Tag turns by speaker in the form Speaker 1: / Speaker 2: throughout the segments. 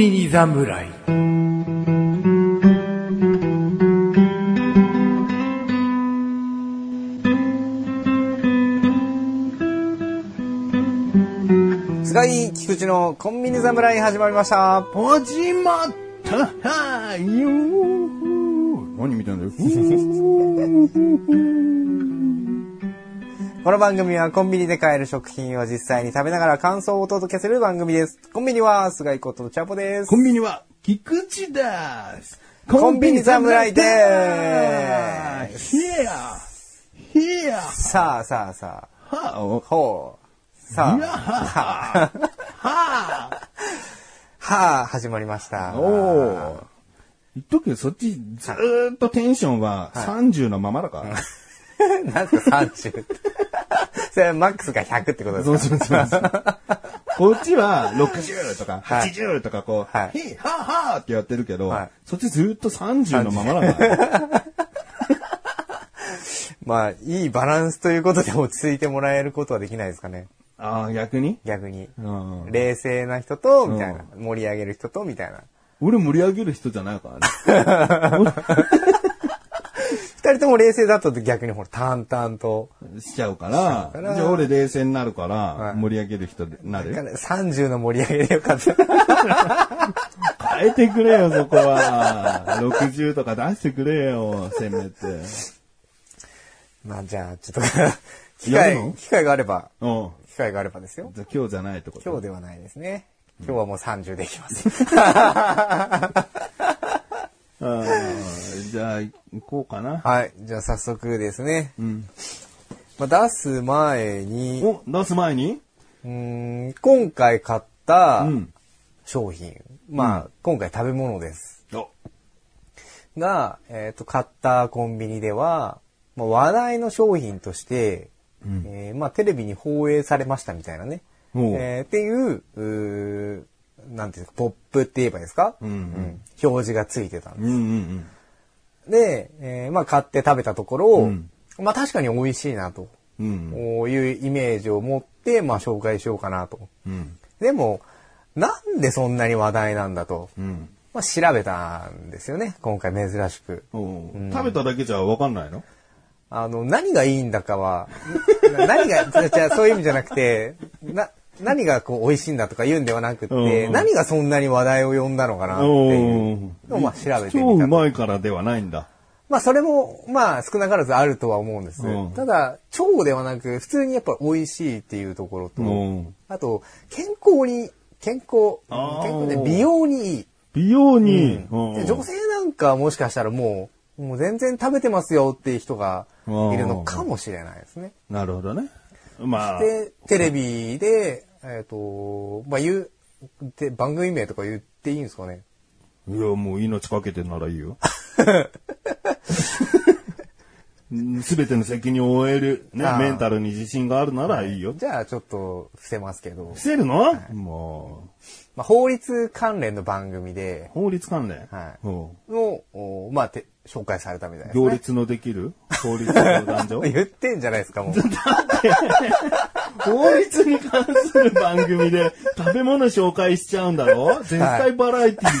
Speaker 1: 侍
Speaker 2: 菅井菊池のコンビニ侍始まりました。
Speaker 1: 始まったはよ何見てんだよふー
Speaker 2: この番組はコンビニで買える食品を実際に食べながら感想をお届けする番組です。コンビニは菅井ことチャポです
Speaker 1: コ。ンビニは菊池です
Speaker 2: コンビニ侍でー
Speaker 1: Here! Here!
Speaker 2: さあさあさ
Speaker 1: は
Speaker 2: あ、
Speaker 1: お
Speaker 2: ほう。さ
Speaker 1: いや
Speaker 2: あ、
Speaker 1: はは
Speaker 2: はあ、始まりました。
Speaker 1: おお言っとくけど、そっちずーっとテンションは30のままだから。
Speaker 2: なんすか30って。 それはマックスが100ってことです
Speaker 1: そ
Speaker 2: か
Speaker 1: うそうそうそう。こっちは60とか
Speaker 2: はい
Speaker 1: 80とかこう、
Speaker 2: はい
Speaker 1: ヒーハーハーってやってるけど、
Speaker 2: はい
Speaker 1: そっちずっと30のままだから。
Speaker 2: まあ、いいバランスということで落ち着いてもらえることはできないですかね。
Speaker 1: ああ、逆に
Speaker 2: 逆に。
Speaker 1: うん
Speaker 2: 冷静な人と、みたいな。盛り上げる人と、みたいな。
Speaker 1: 俺盛り上げる人じゃないから
Speaker 2: 二人とも冷静だと逆にほら、淡々と。
Speaker 1: ね。しちゃうから、
Speaker 2: から
Speaker 1: じゃあ俺冷静になるから、
Speaker 2: い
Speaker 1: 盛り上げる人になるよ。
Speaker 2: 30の盛り上げでよ かった。
Speaker 1: 変えてくれよ、そこは。60とか出してくれよ、せめて。
Speaker 2: まあじゃあ、ちょっと、機会
Speaker 1: やるの、
Speaker 2: 機会があれば、
Speaker 1: うん。
Speaker 2: 機会があればですよ。
Speaker 1: じゃあ今日じゃないってこと
Speaker 2: 今日ではないですね。今日はもう30でいきます。
Speaker 1: あーじゃあ行こうかな。
Speaker 2: はい。じゃあ早速ですね。まあ、出す前に、
Speaker 1: お、出す前に
Speaker 2: うーん今回買った
Speaker 1: うん。
Speaker 2: 商品、まあ、今回食べ物です。
Speaker 1: お
Speaker 2: が、えっ、と、買ったコンビニでは、まあ、話題の商品として、
Speaker 1: うん
Speaker 2: えーまあ、テレビに放映されましたみたいなね。
Speaker 1: おう
Speaker 2: えーっていう、うーなんていうんですか、ポップって言えばいいですか、
Speaker 1: うんうん
Speaker 2: 表示がついてたん
Speaker 1: うんうんうん。
Speaker 2: で、えーまあ、買って食べたところ、
Speaker 1: うん
Speaker 2: まあ、確かに美味しいなと。
Speaker 1: うん。
Speaker 2: いうイメージを持って、まあ、紹介しようかなと。
Speaker 1: うん。
Speaker 2: でも、なんでそんなに話題なんだと。
Speaker 1: うん。
Speaker 2: まあ、調べたんですよね。今回珍しく。
Speaker 1: おう食べただけじゃわかんないの
Speaker 2: あの、何がいいんだかは、 な何が、じゃじゃそういう意味じゃなくて、な、何がこう美味しいんだとか言うんではなくって、
Speaker 1: うん
Speaker 2: 何がそんなに話題を呼んだのかなっていうのを、まあ、調べて
Speaker 1: 超
Speaker 2: みた
Speaker 1: う
Speaker 2: と。
Speaker 1: まいからではないんだ。
Speaker 2: まあ、それも、まあ、少なからずあるとは思うんです。
Speaker 1: うん
Speaker 2: ただ、超ではなく、普通にやっぱ美味しいっていうところと、
Speaker 1: うん
Speaker 2: あと、健康に、健康、
Speaker 1: あー
Speaker 2: 健康で美容にいい。
Speaker 1: 美容に、うん
Speaker 2: で女性なんかはもしかしたらもう、もう全然食べてますよっていう人がいるのかもしれないですね。
Speaker 1: なるほどね。まあ、
Speaker 2: で、テレビで、えっ、と、まあ、言う、で番組名とか言っていいんですかね。
Speaker 1: いや、もう命かけてんならいいよ。 すべての責任を負える、ね
Speaker 2: あ、ー
Speaker 1: メンタルに自信があるならいいよ。
Speaker 2: じゃあちょっと伏せますけど
Speaker 1: 伏、せるのも
Speaker 2: まあ、法律関連の番組で
Speaker 1: う、、法律関連。
Speaker 2: はい
Speaker 1: うん
Speaker 2: の、おまあ、て紹介されたみたいです、ね。
Speaker 1: 行列のできる法律相 談所
Speaker 2: 言ってんじゃないですか、もう。
Speaker 1: 法律に関する番組で食べ物紹介しちゃうんだろ絶対バラエティーじ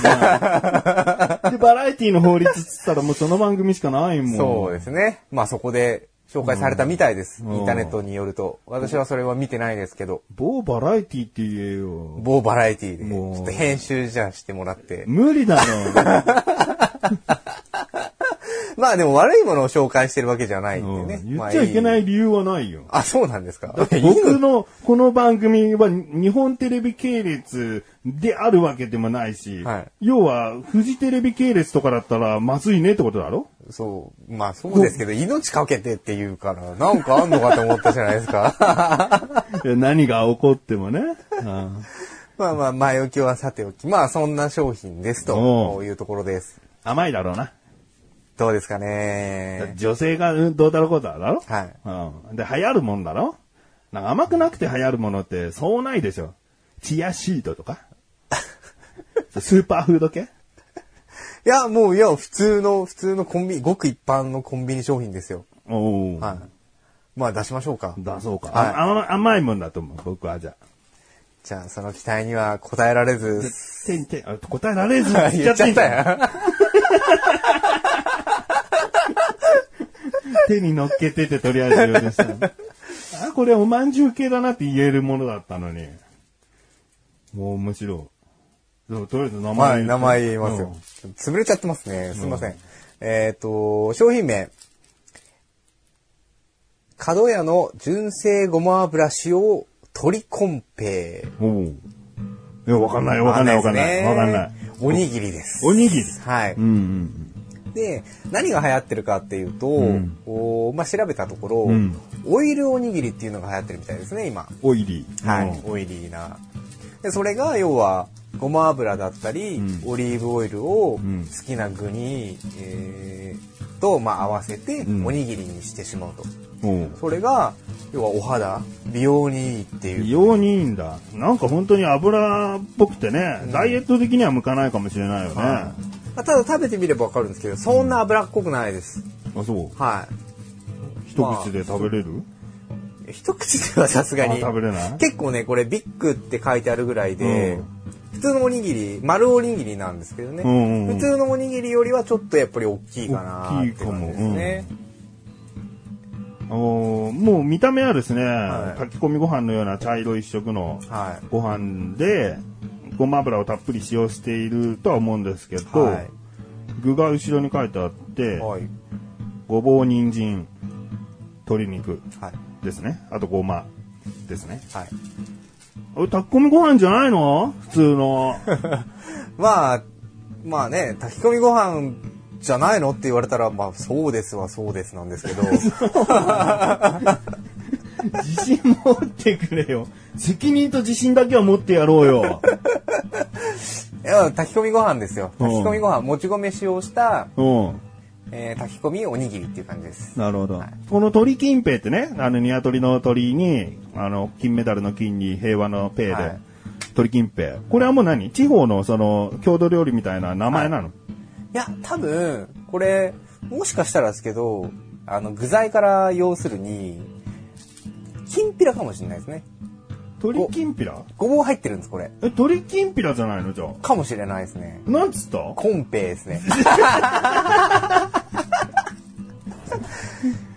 Speaker 1: ゃん。で、バラエティーの法律っつったらもうその番組しかないもん。
Speaker 2: そうですね。まあそこで紹介されたみたいです。
Speaker 1: うん
Speaker 2: インターネットによると。私はそれは見てないですけど、
Speaker 1: 某バラエティーって言えよ。
Speaker 2: 某バラエティで、ち
Speaker 1: もう
Speaker 2: ょっと編集じゃあしてもらって。
Speaker 1: 無理だ ろ。
Speaker 2: まあでも悪いものを紹介してるわけじゃないんでね。
Speaker 1: うん言
Speaker 2: まあ。
Speaker 1: っちゃいけないい理由はないよ。
Speaker 2: あ、そうなんですか。いいの
Speaker 1: 僕のこの番組は日本テレビ系列であるわけでもないし、
Speaker 2: は
Speaker 1: 要はフジテレビ系列とかだったらまずいねってことだ ろ
Speaker 2: そう。まあそうですけど、命かけてって言うから、なんかあんのかと思ったじゃないですか。
Speaker 1: いや何が起こってもね。うん
Speaker 2: まあまあ、前置きはさておき。まあそんな商品ですと、
Speaker 1: うん
Speaker 2: こういうところです。
Speaker 1: 甘いだろうな。
Speaker 2: どうですかね。
Speaker 1: 女性がうんどうだろうことだろ
Speaker 2: はい
Speaker 1: うん。で、流行るもんだろなんか甘くなくて流行るものってそうないでしょ。チアシードと かスーパーフード系
Speaker 2: いや、もう、いや、普通の、普通のコンビニ、ごく一般のコンビニ商品ですよ。
Speaker 1: おお。
Speaker 2: はい。まあ出しましょうか。
Speaker 1: 出そうか。
Speaker 2: はい
Speaker 1: あ甘いもんだと思う、僕はじゃあ。
Speaker 2: ちゃん、その期待には応えられず、
Speaker 1: 手に手、あ答えられず言
Speaker 2: 言
Speaker 1: っ
Speaker 2: っ
Speaker 1: ち
Speaker 2: ち
Speaker 1: ゃっ
Speaker 2: ゃ
Speaker 1: て
Speaker 2: っ
Speaker 1: んじ
Speaker 2: た
Speaker 1: ゃん。
Speaker 2: よ。
Speaker 1: 手に乗っけててとりあえず言おうとした のあ、これおまんじゅう系だなって言えるものだったのに。もう面白い。でもとりあえず名前言っ
Speaker 2: は
Speaker 1: て
Speaker 2: い、名前言いますよ。潰れちゃってますね。すいません。えっ、と、商品名。角屋の純正ごま油使用鶏コンペイ。
Speaker 1: うんおういや、わかんない、わかんない、わかんない。わかんない。
Speaker 2: おにぎりです。
Speaker 1: おにぎり。
Speaker 2: はい。
Speaker 1: うんうん。
Speaker 2: で、何が流行ってるかっていうと、
Speaker 1: ん
Speaker 2: おまあ、調べたところ、
Speaker 1: うん
Speaker 2: オイルおにぎりっていうのが流行ってるみたいですね、今。
Speaker 1: オイリー。
Speaker 2: は
Speaker 1: うん
Speaker 2: い、オイリーな。で、それが要は、ごま油だったり、
Speaker 1: うん
Speaker 2: オリーブオイルを好
Speaker 1: ん
Speaker 2: きな具に、えーと、まあ、合わせて、
Speaker 1: うん
Speaker 2: おにぎりにしてしまうと。
Speaker 1: おう
Speaker 2: それが、要はお肌、美容にいいって
Speaker 1: 美
Speaker 2: いう。
Speaker 1: 容にいいんだ。なんか本当に油っぽくてね、ダイエット的には向かないかもしれないよね。
Speaker 2: はまあ、ただ食べてみればわかるんですけど、そんな脂っこくないです。
Speaker 1: あ、そう。
Speaker 2: はい。
Speaker 1: 一口で食べれる、
Speaker 2: 一口ではさすが
Speaker 1: あ
Speaker 2: に。
Speaker 1: 食べれない
Speaker 2: 結構ね、これビッグって書いてあるぐらいで、普通のおにぎり、丸おにぎりなんですけどね、
Speaker 1: うんうんうん
Speaker 2: 普通のおにぎりよりはちょっとやっぱり大きいかなって感じですね。
Speaker 1: あのーもう見た目はですね、
Speaker 2: はい
Speaker 1: 炊き込みご飯のような茶色一色の
Speaker 2: は
Speaker 1: ご飯で、ごま油をたっぷり使用しているとは思うんですけ
Speaker 2: い。
Speaker 1: ど、
Speaker 2: はい。
Speaker 1: 具が後ろに書いてあって、
Speaker 2: はい。
Speaker 1: ごぼう、人参、鶏肉
Speaker 2: はい。
Speaker 1: ですね。あとごまですね。
Speaker 2: はい。
Speaker 1: あれ炊き込みご飯じゃないの普通の。
Speaker 2: まあ、まあね、炊き込みご飯じゃないのって言われたら、まあそうですはそうですなんです けど、
Speaker 1: 自信持ってくれよ。責任と自信だけは持ってやろうよ。
Speaker 2: いや炊き込みご飯ですよ。
Speaker 1: うん
Speaker 2: 炊き込みご飯、もち米使用した、
Speaker 1: うん。
Speaker 2: えー炊き込みおにぎりっていう感じです。
Speaker 1: なるほど。この鳥金平ってね、あの、鶏の鳥に、あの、金メダルの金に平和のペイで、
Speaker 2: はい
Speaker 1: 鳥金平。これはもう何地方のその、郷土料理みたいな名前なの、
Speaker 2: いや、多分、これ、もしかしたらですけど、あの、具材から要するに、きんぴらかもしれないですね。
Speaker 1: 鳥金平
Speaker 2: ごぼう入ってるんです、これ。
Speaker 1: え、鳥金平じゃないのじゃあ。
Speaker 2: かもしれないですね。
Speaker 1: なんつった
Speaker 2: コンペイで すね。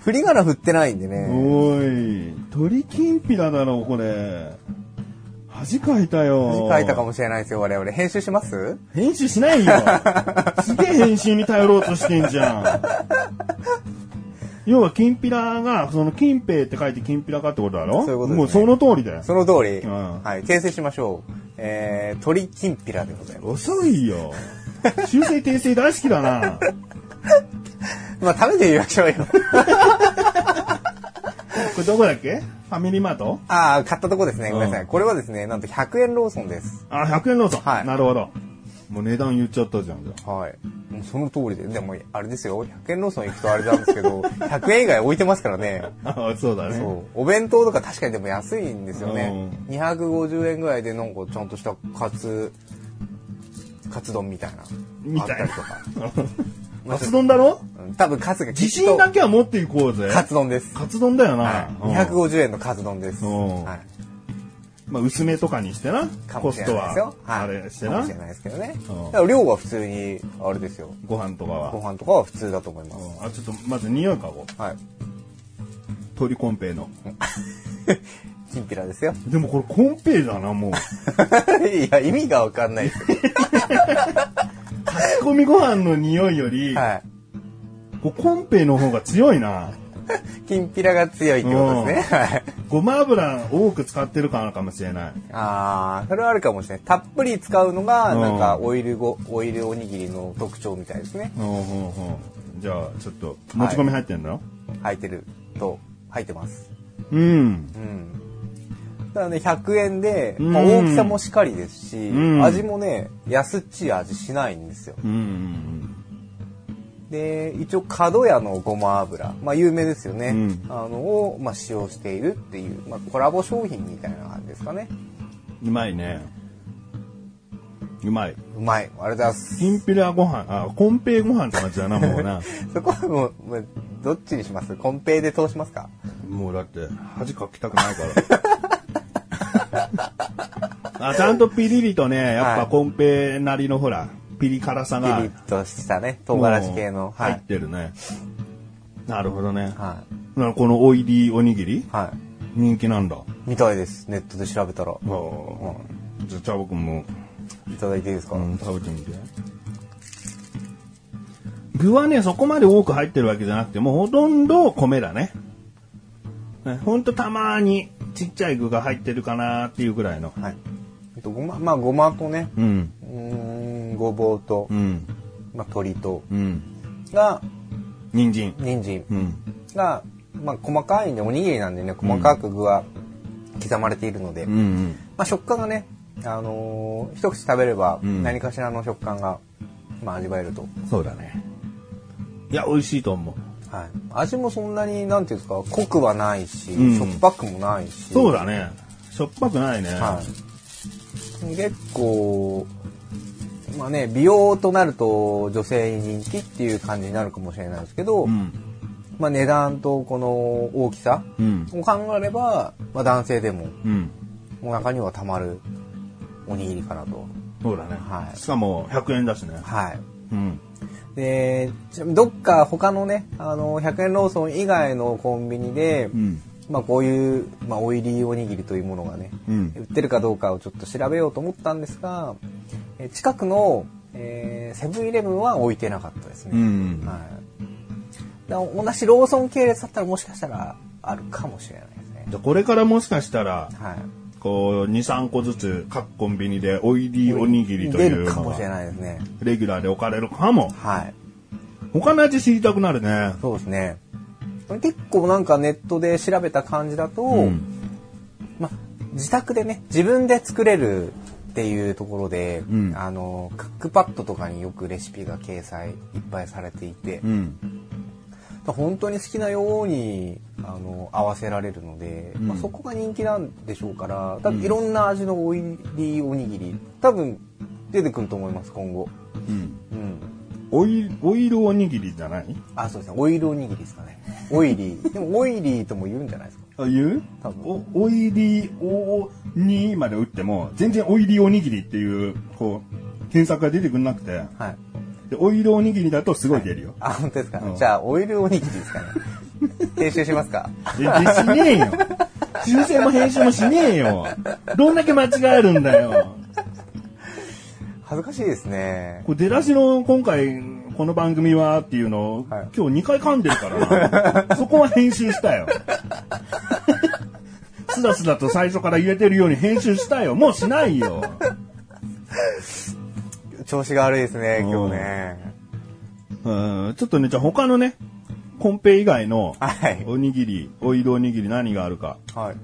Speaker 2: 振り仮名振ってないんでね。
Speaker 1: おい、鳥金平だろ、これ。恥かいたよ。
Speaker 2: 字書いたかもしれないですよ、我々。編集します
Speaker 1: 編集しない よ。すげえ編集に頼ろうとしてんじゃん。要は、きんぴらが、その、金平って書いてきんぴらかってことだろ
Speaker 2: そういうことですね
Speaker 1: もうその通りだよ。
Speaker 2: その通り。
Speaker 1: うん
Speaker 2: はい、訂正しましょう。えー、鶏きんぴらでございま
Speaker 1: 遅いよ。修正訂正大好きだな。
Speaker 2: す。まあ、食べてみましょうよ。
Speaker 1: これどこだっけファミリーマート
Speaker 2: ああ、買ったとこですね。ごめんなさ
Speaker 1: う
Speaker 2: い。これはですね、なんと100円ローソンです。
Speaker 1: あ、100円ローソン。
Speaker 2: はい
Speaker 1: なるほど。もう値段言っちゃったじゃん、じゃあ
Speaker 2: はい。もうその通りで。でも、あれですよ。100円ローソン行くとあれなんですけど、100円以外 置いてますからね。
Speaker 1: あそうだね。
Speaker 2: そう。お弁当とか確かにでも安いんですよね。250円ぐらいでなんかちゃんとしたカツ、カツ丼みたいな。
Speaker 1: みたいな
Speaker 2: あったりとか。
Speaker 1: カツ丼だろ
Speaker 2: うん多分カツがき
Speaker 1: 自
Speaker 2: っ
Speaker 1: 信
Speaker 2: と
Speaker 1: だけは持っていこうぜ。
Speaker 2: カツ丼です。
Speaker 1: カツ丼だよな。うん
Speaker 2: 250円のカツ丼です。
Speaker 1: うん
Speaker 2: は
Speaker 1: まあ、薄めとかにしてな。
Speaker 2: い。か
Speaker 1: コ
Speaker 2: もし
Speaker 1: ス
Speaker 2: れな
Speaker 1: ト
Speaker 2: いですよ
Speaker 1: は。。あれして
Speaker 2: か
Speaker 1: な
Speaker 2: もし。れないですけどね。
Speaker 1: うん
Speaker 2: だから量は普通に、あれですよ。
Speaker 1: ご飯とかは
Speaker 2: ご。飯とかは普通だと思います。
Speaker 1: あ、ちょっとまず匂い嗅ごう。
Speaker 2: はい。
Speaker 1: 鳥コンペイの。
Speaker 2: きんぴらですよ。
Speaker 1: でもこれコンペイだな、もう。
Speaker 2: いや、意味がわかんないです。
Speaker 1: 炊き込みご飯の匂いより、
Speaker 2: は
Speaker 1: こうコンペイの方が強いな。
Speaker 2: い。きんぴらが強いってことですね。はい。
Speaker 1: ごま油多く使ってるからかもしれない。
Speaker 2: ああ、それはあるかもしれない。たっぷり使うのが、
Speaker 1: うん
Speaker 2: なんか、オイルご、オイルおにぎりの特徴みたいですね。
Speaker 1: うんうんうんじゃあ、ちょっと、持ち込み入ってんだろ、
Speaker 2: 入ってると、入ってます。
Speaker 1: うん
Speaker 2: う。ん。だからね、100円で、
Speaker 1: うん
Speaker 2: まあ、大きさもしっかりですし、
Speaker 1: うん
Speaker 2: 味もね、安っちい味しないんですよ。
Speaker 1: うんうん
Speaker 2: で、一応、角屋のごま油、まあ、有名ですよね。
Speaker 1: うん
Speaker 2: あの、を、まあ、使用しているっていう、まあ、コラボ商品みたいな感じですかね。
Speaker 1: うん。うまいね。うまい。
Speaker 2: うまい。ありがとうございます。
Speaker 1: きんぴらご飯、あ、コンペイご飯って感じだな、もう な。
Speaker 2: そこはもう、もうどっちにしますコンペイで通しますか
Speaker 1: もうだって、恥かきたくないから。 あちゃんとピリリとね、やっ
Speaker 2: は
Speaker 1: ぱ
Speaker 2: い
Speaker 1: コンペなりのほら、ピリ辛さ
Speaker 2: ピリ
Speaker 1: が
Speaker 2: ッとしたね、唐辛子系の。は
Speaker 1: 入っ
Speaker 2: い。
Speaker 1: てるね。なるほどね。
Speaker 2: は
Speaker 1: なこのオイリーおにぎり
Speaker 2: い。はい。
Speaker 1: 人気なんだ。
Speaker 2: みたいです。ネットで調べたら。
Speaker 1: じゃあ、チャボくんも、
Speaker 2: いただいていいですか、
Speaker 1: うん、食べてみて。具はね、そこまで多く入ってるわけじゃなくて、もうほとんど米だね。ねほんとたまにちっちゃい具が入ってるかなっていうぐらいの。
Speaker 2: はい。えっと、ごま、まあ、ごまとね、
Speaker 1: うん。
Speaker 2: うーん、ごぼうと、
Speaker 1: うん。
Speaker 2: まあ、鶏と、
Speaker 1: うん。
Speaker 2: が、
Speaker 1: 人参。
Speaker 2: 人参
Speaker 1: うん。
Speaker 2: が、まあ、細かいんで、おにぎりなんでね、細かく具は刻まれているので、
Speaker 1: うんう
Speaker 2: ま
Speaker 1: ん。
Speaker 2: あ、食感がね、あのー一口食べれば、
Speaker 1: うん
Speaker 2: 何かしらの食感が、まあ、味わえると。
Speaker 1: そうだね。いや、美味しいと思う。
Speaker 2: はい。味もそんなに、なんていうんですか、濃くはないし、
Speaker 1: うん
Speaker 2: しょっぱくもないし。
Speaker 1: そうだね。しょっぱくないね。
Speaker 2: はい、結構まあね美容となると女性に人気っていう感じになるかもしれないですけど、
Speaker 1: うん。
Speaker 2: まあ、値段とこの大きさ
Speaker 1: うん。
Speaker 2: を考えれば、まあ、男性でも
Speaker 1: うん。
Speaker 2: お腹にはたまるおにぎりかなと。
Speaker 1: そうだね。
Speaker 2: はい
Speaker 1: しかも、100円だしね。
Speaker 2: はい
Speaker 1: うん。
Speaker 2: でちなみにどっか他のねあの100円ローソン以外のコンビニで、
Speaker 1: うん。
Speaker 2: まあ、こういう、まあ、オイリーおにぎりというものがね、
Speaker 1: うん
Speaker 2: 売ってるかどうかをちょっと調べようと思ったんですが、えー近くの、えーセブンイレブンは置いてなかったですね。
Speaker 1: うん
Speaker 2: はい、だから同じローソン系列だったらもしかしたらあるかもしれないですね。
Speaker 1: じゃあこれからもしかしたら、
Speaker 2: はい、
Speaker 1: こう、2、3個ずつ各コンビニでオイリーおにぎりとい
Speaker 2: 出
Speaker 1: う
Speaker 2: るか
Speaker 1: の
Speaker 2: もしれ
Speaker 1: が、
Speaker 2: ないですね。
Speaker 1: レギュラーで置かれるかも。
Speaker 2: はい、
Speaker 1: 他の味知りたくなるね。
Speaker 2: そうですね。結構なんかネットで調べた感じだと、
Speaker 1: うん。
Speaker 2: まあ、自宅でね自分で作れるっていうところで、
Speaker 1: うん
Speaker 2: あのクックパッドとかによくレシピが掲載いっぱいされていて、
Speaker 1: うん。
Speaker 2: 本当に好きなようにあの合わせられるので、
Speaker 1: うん
Speaker 2: まあ、そこが人気なんでしょうから多分いろんな味のオイリーおにぎり多分出てくると思います今後。
Speaker 1: うん。
Speaker 2: うん
Speaker 1: オイル、オイルおにぎりじゃない
Speaker 2: あそうですねオイルおにぎりですかねオイリーでもオイリーとも言うんじゃないですか
Speaker 1: あ、言う
Speaker 2: 多分
Speaker 1: おオイリーおにまで打っても、全然オイリーおにぎりっていう、こう、検索が出てくんなくて、
Speaker 2: はい
Speaker 1: でオイルおにぎりだとすごい出 るよ。
Speaker 2: あ本当ですか、
Speaker 1: うん
Speaker 2: じゃあオイルおにぎりです かね編集しますか
Speaker 1: え、でしねえよ。修正も編集もしねえよ。どんだけ間違えるんだよ。
Speaker 2: 恥ずかしいですね。
Speaker 1: これ出だしの今回、この番組はっていうのを、
Speaker 2: はい
Speaker 1: 今日2回噛んでるから な。そこは編集したよ。 すだすだと最初から言えてるように編集したよ。もうしないよ。
Speaker 2: 調子が悪いですね、
Speaker 1: うん
Speaker 2: 今日ね。
Speaker 1: うん、ちょっとね、じゃあ他のね、コンペ以外の
Speaker 2: はい。
Speaker 1: おにぎり、オイルおにぎり何があるか。
Speaker 2: はい。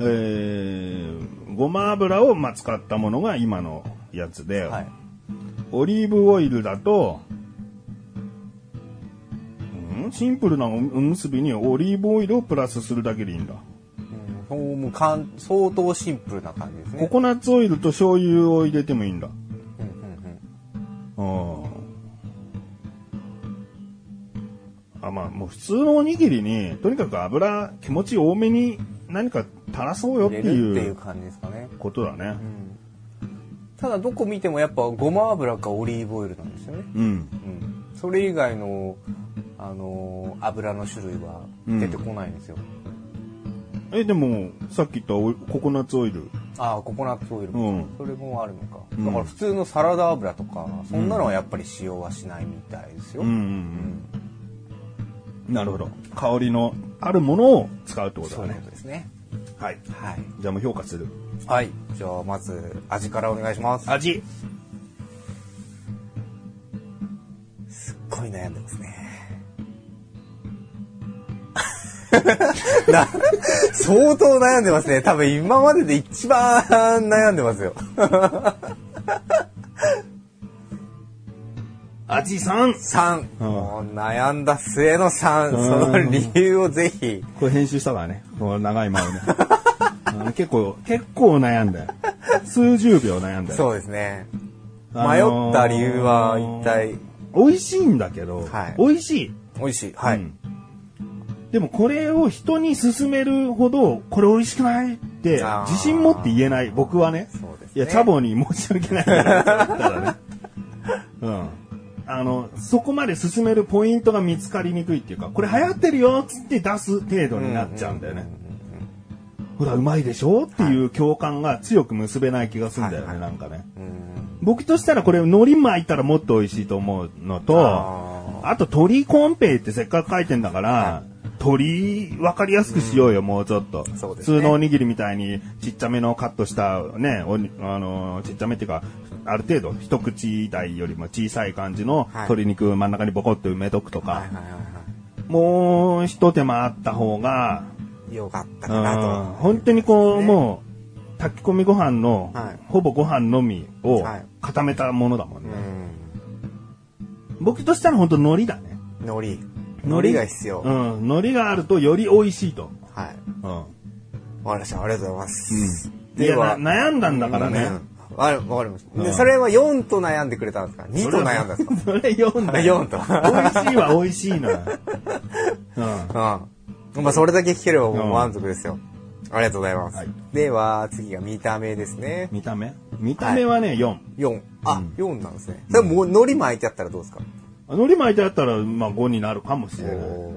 Speaker 1: えー、ごま油をまあ使ったものが今のやつで、
Speaker 2: はい。
Speaker 1: オリーブオイルだと、うんシンプルなお結びにオリーブオイルをプラスするだけでいいんだ。
Speaker 2: うんそうもうかん相当シンプルな感じですね。
Speaker 1: ココナッツオイルと醤油を入れてもいいんだ。
Speaker 2: うんう
Speaker 1: う
Speaker 2: ん
Speaker 1: んあ、まあ、もう普通のおにぎりに、とにかく油気持ち多めに何か垂らそう
Speaker 2: う
Speaker 1: よ
Speaker 2: ん。
Speaker 1: っ
Speaker 2: 入
Speaker 1: て
Speaker 2: れるって
Speaker 1: い
Speaker 2: いう
Speaker 1: う
Speaker 2: 感じですかね。
Speaker 1: ことだね
Speaker 2: う。ん。ただどこ見てもやっぱごま油かオリーブオイルなんですよね。
Speaker 1: うん。
Speaker 2: うん。それ以外の、あのー油の種類は出てこないんですよ。
Speaker 1: え、でも、さっき言ったおココナッツオイル。
Speaker 2: ああ、ココナッツオイルも、
Speaker 1: うん
Speaker 2: それもあるのか。
Speaker 1: ん
Speaker 2: だから普通のサラダ油とか、そんなのはやっぱり使用はしないみたいですよ。
Speaker 1: うんうんうん。なるほど。香りのあるものを使うってこと
Speaker 2: そ
Speaker 1: だ
Speaker 2: ういう
Speaker 1: ね
Speaker 2: こ。とですね。
Speaker 1: はい。
Speaker 2: はい。
Speaker 1: じゃあもう評価する。
Speaker 2: はい。じゃあ、まず、味からお願いします。
Speaker 1: 味。
Speaker 2: ごい悩んでますね。 な、相当悩んでますね。多分今までで一番悩んでますよ。
Speaker 1: 味3。
Speaker 2: 3。
Speaker 1: うん
Speaker 2: もう悩んだ末の3。
Speaker 1: うん
Speaker 2: その理由をぜひ。
Speaker 1: これ編集したわね。この長い間をね。 あの結構、結構悩んだよ。数十秒悩んだよ。
Speaker 2: そうですね。
Speaker 1: あ
Speaker 2: 迷
Speaker 1: のー
Speaker 2: った理由は一体、
Speaker 1: 美味しいんだけど、
Speaker 2: はい
Speaker 1: 美味しい。
Speaker 2: 美味しい。はい。
Speaker 1: うんでもこれを人に勧めるほど、これ美味しくないって
Speaker 2: あー
Speaker 1: 自信持って言えない。僕はね。
Speaker 2: そうですね
Speaker 1: いや、チャボに申し訳 ないからだったらね。うん。あの、そこまで進めるポイントが見つかりにくいっていうか、これ流行ってるよっつって出す程度になっちゃうんだよね。ほら、うまいでしょっていう共感が強く結べない気がするんだよね、
Speaker 2: はい
Speaker 1: なんかね。
Speaker 2: うん。
Speaker 1: 僕としたらこれ海苔巻いたらもっと美味しいと思うのと、
Speaker 2: あ
Speaker 1: あと鳥コンペイってせっかく書いてんだから、鳥分かりやすくしようよ、もうちょっと。
Speaker 2: そうですね
Speaker 1: 普通のおにぎりみたいにちっちゃめのカットしたね、おにあのーちっちゃめっていうか、ある程度一口大よりも小さい感じの
Speaker 2: はい
Speaker 1: 鶏肉真ん中にボコッと埋めとくとか、
Speaker 2: はいはいはいは
Speaker 1: もう一手間あった方が、
Speaker 2: い。よかった
Speaker 1: う
Speaker 2: か
Speaker 1: ん
Speaker 2: なと。
Speaker 1: 本当にこう、
Speaker 2: ね
Speaker 1: もう、炊き込みご飯の、
Speaker 2: はい
Speaker 1: ほぼご飯のみを
Speaker 2: はい
Speaker 1: 固めたものだもん
Speaker 2: う
Speaker 1: ね。
Speaker 2: ん。
Speaker 1: 僕としたら本当海苔だね。
Speaker 2: 海苔。海
Speaker 1: 海
Speaker 2: 苔
Speaker 1: 苔
Speaker 2: が必要。
Speaker 1: う
Speaker 2: はい。
Speaker 1: ん。海苔があるとより美味しいと。
Speaker 2: わか
Speaker 1: うん。
Speaker 2: りました。ありがとうございます。
Speaker 1: いや、な悩んだんだからね。
Speaker 2: うん。わ、わかりました。
Speaker 1: う
Speaker 2: で、
Speaker 1: ん
Speaker 2: それは4と悩んでくれたんですか ?2 と悩んだんですか
Speaker 1: それ読んだ。
Speaker 2: 4と。
Speaker 1: 美味しいは美味しい な。うん。
Speaker 2: うん。まあ、それだけ聞ければもう満足ですよ。ありがとうございます。
Speaker 1: はい
Speaker 2: では、次が見た目ですね。
Speaker 1: 見た目見た目はね、4。
Speaker 2: 4。あ、4なんですね。それもう、海苔巻いてあったらどうですか
Speaker 1: 海苔巻いてあったら、まあ5になるかもしれない。
Speaker 2: お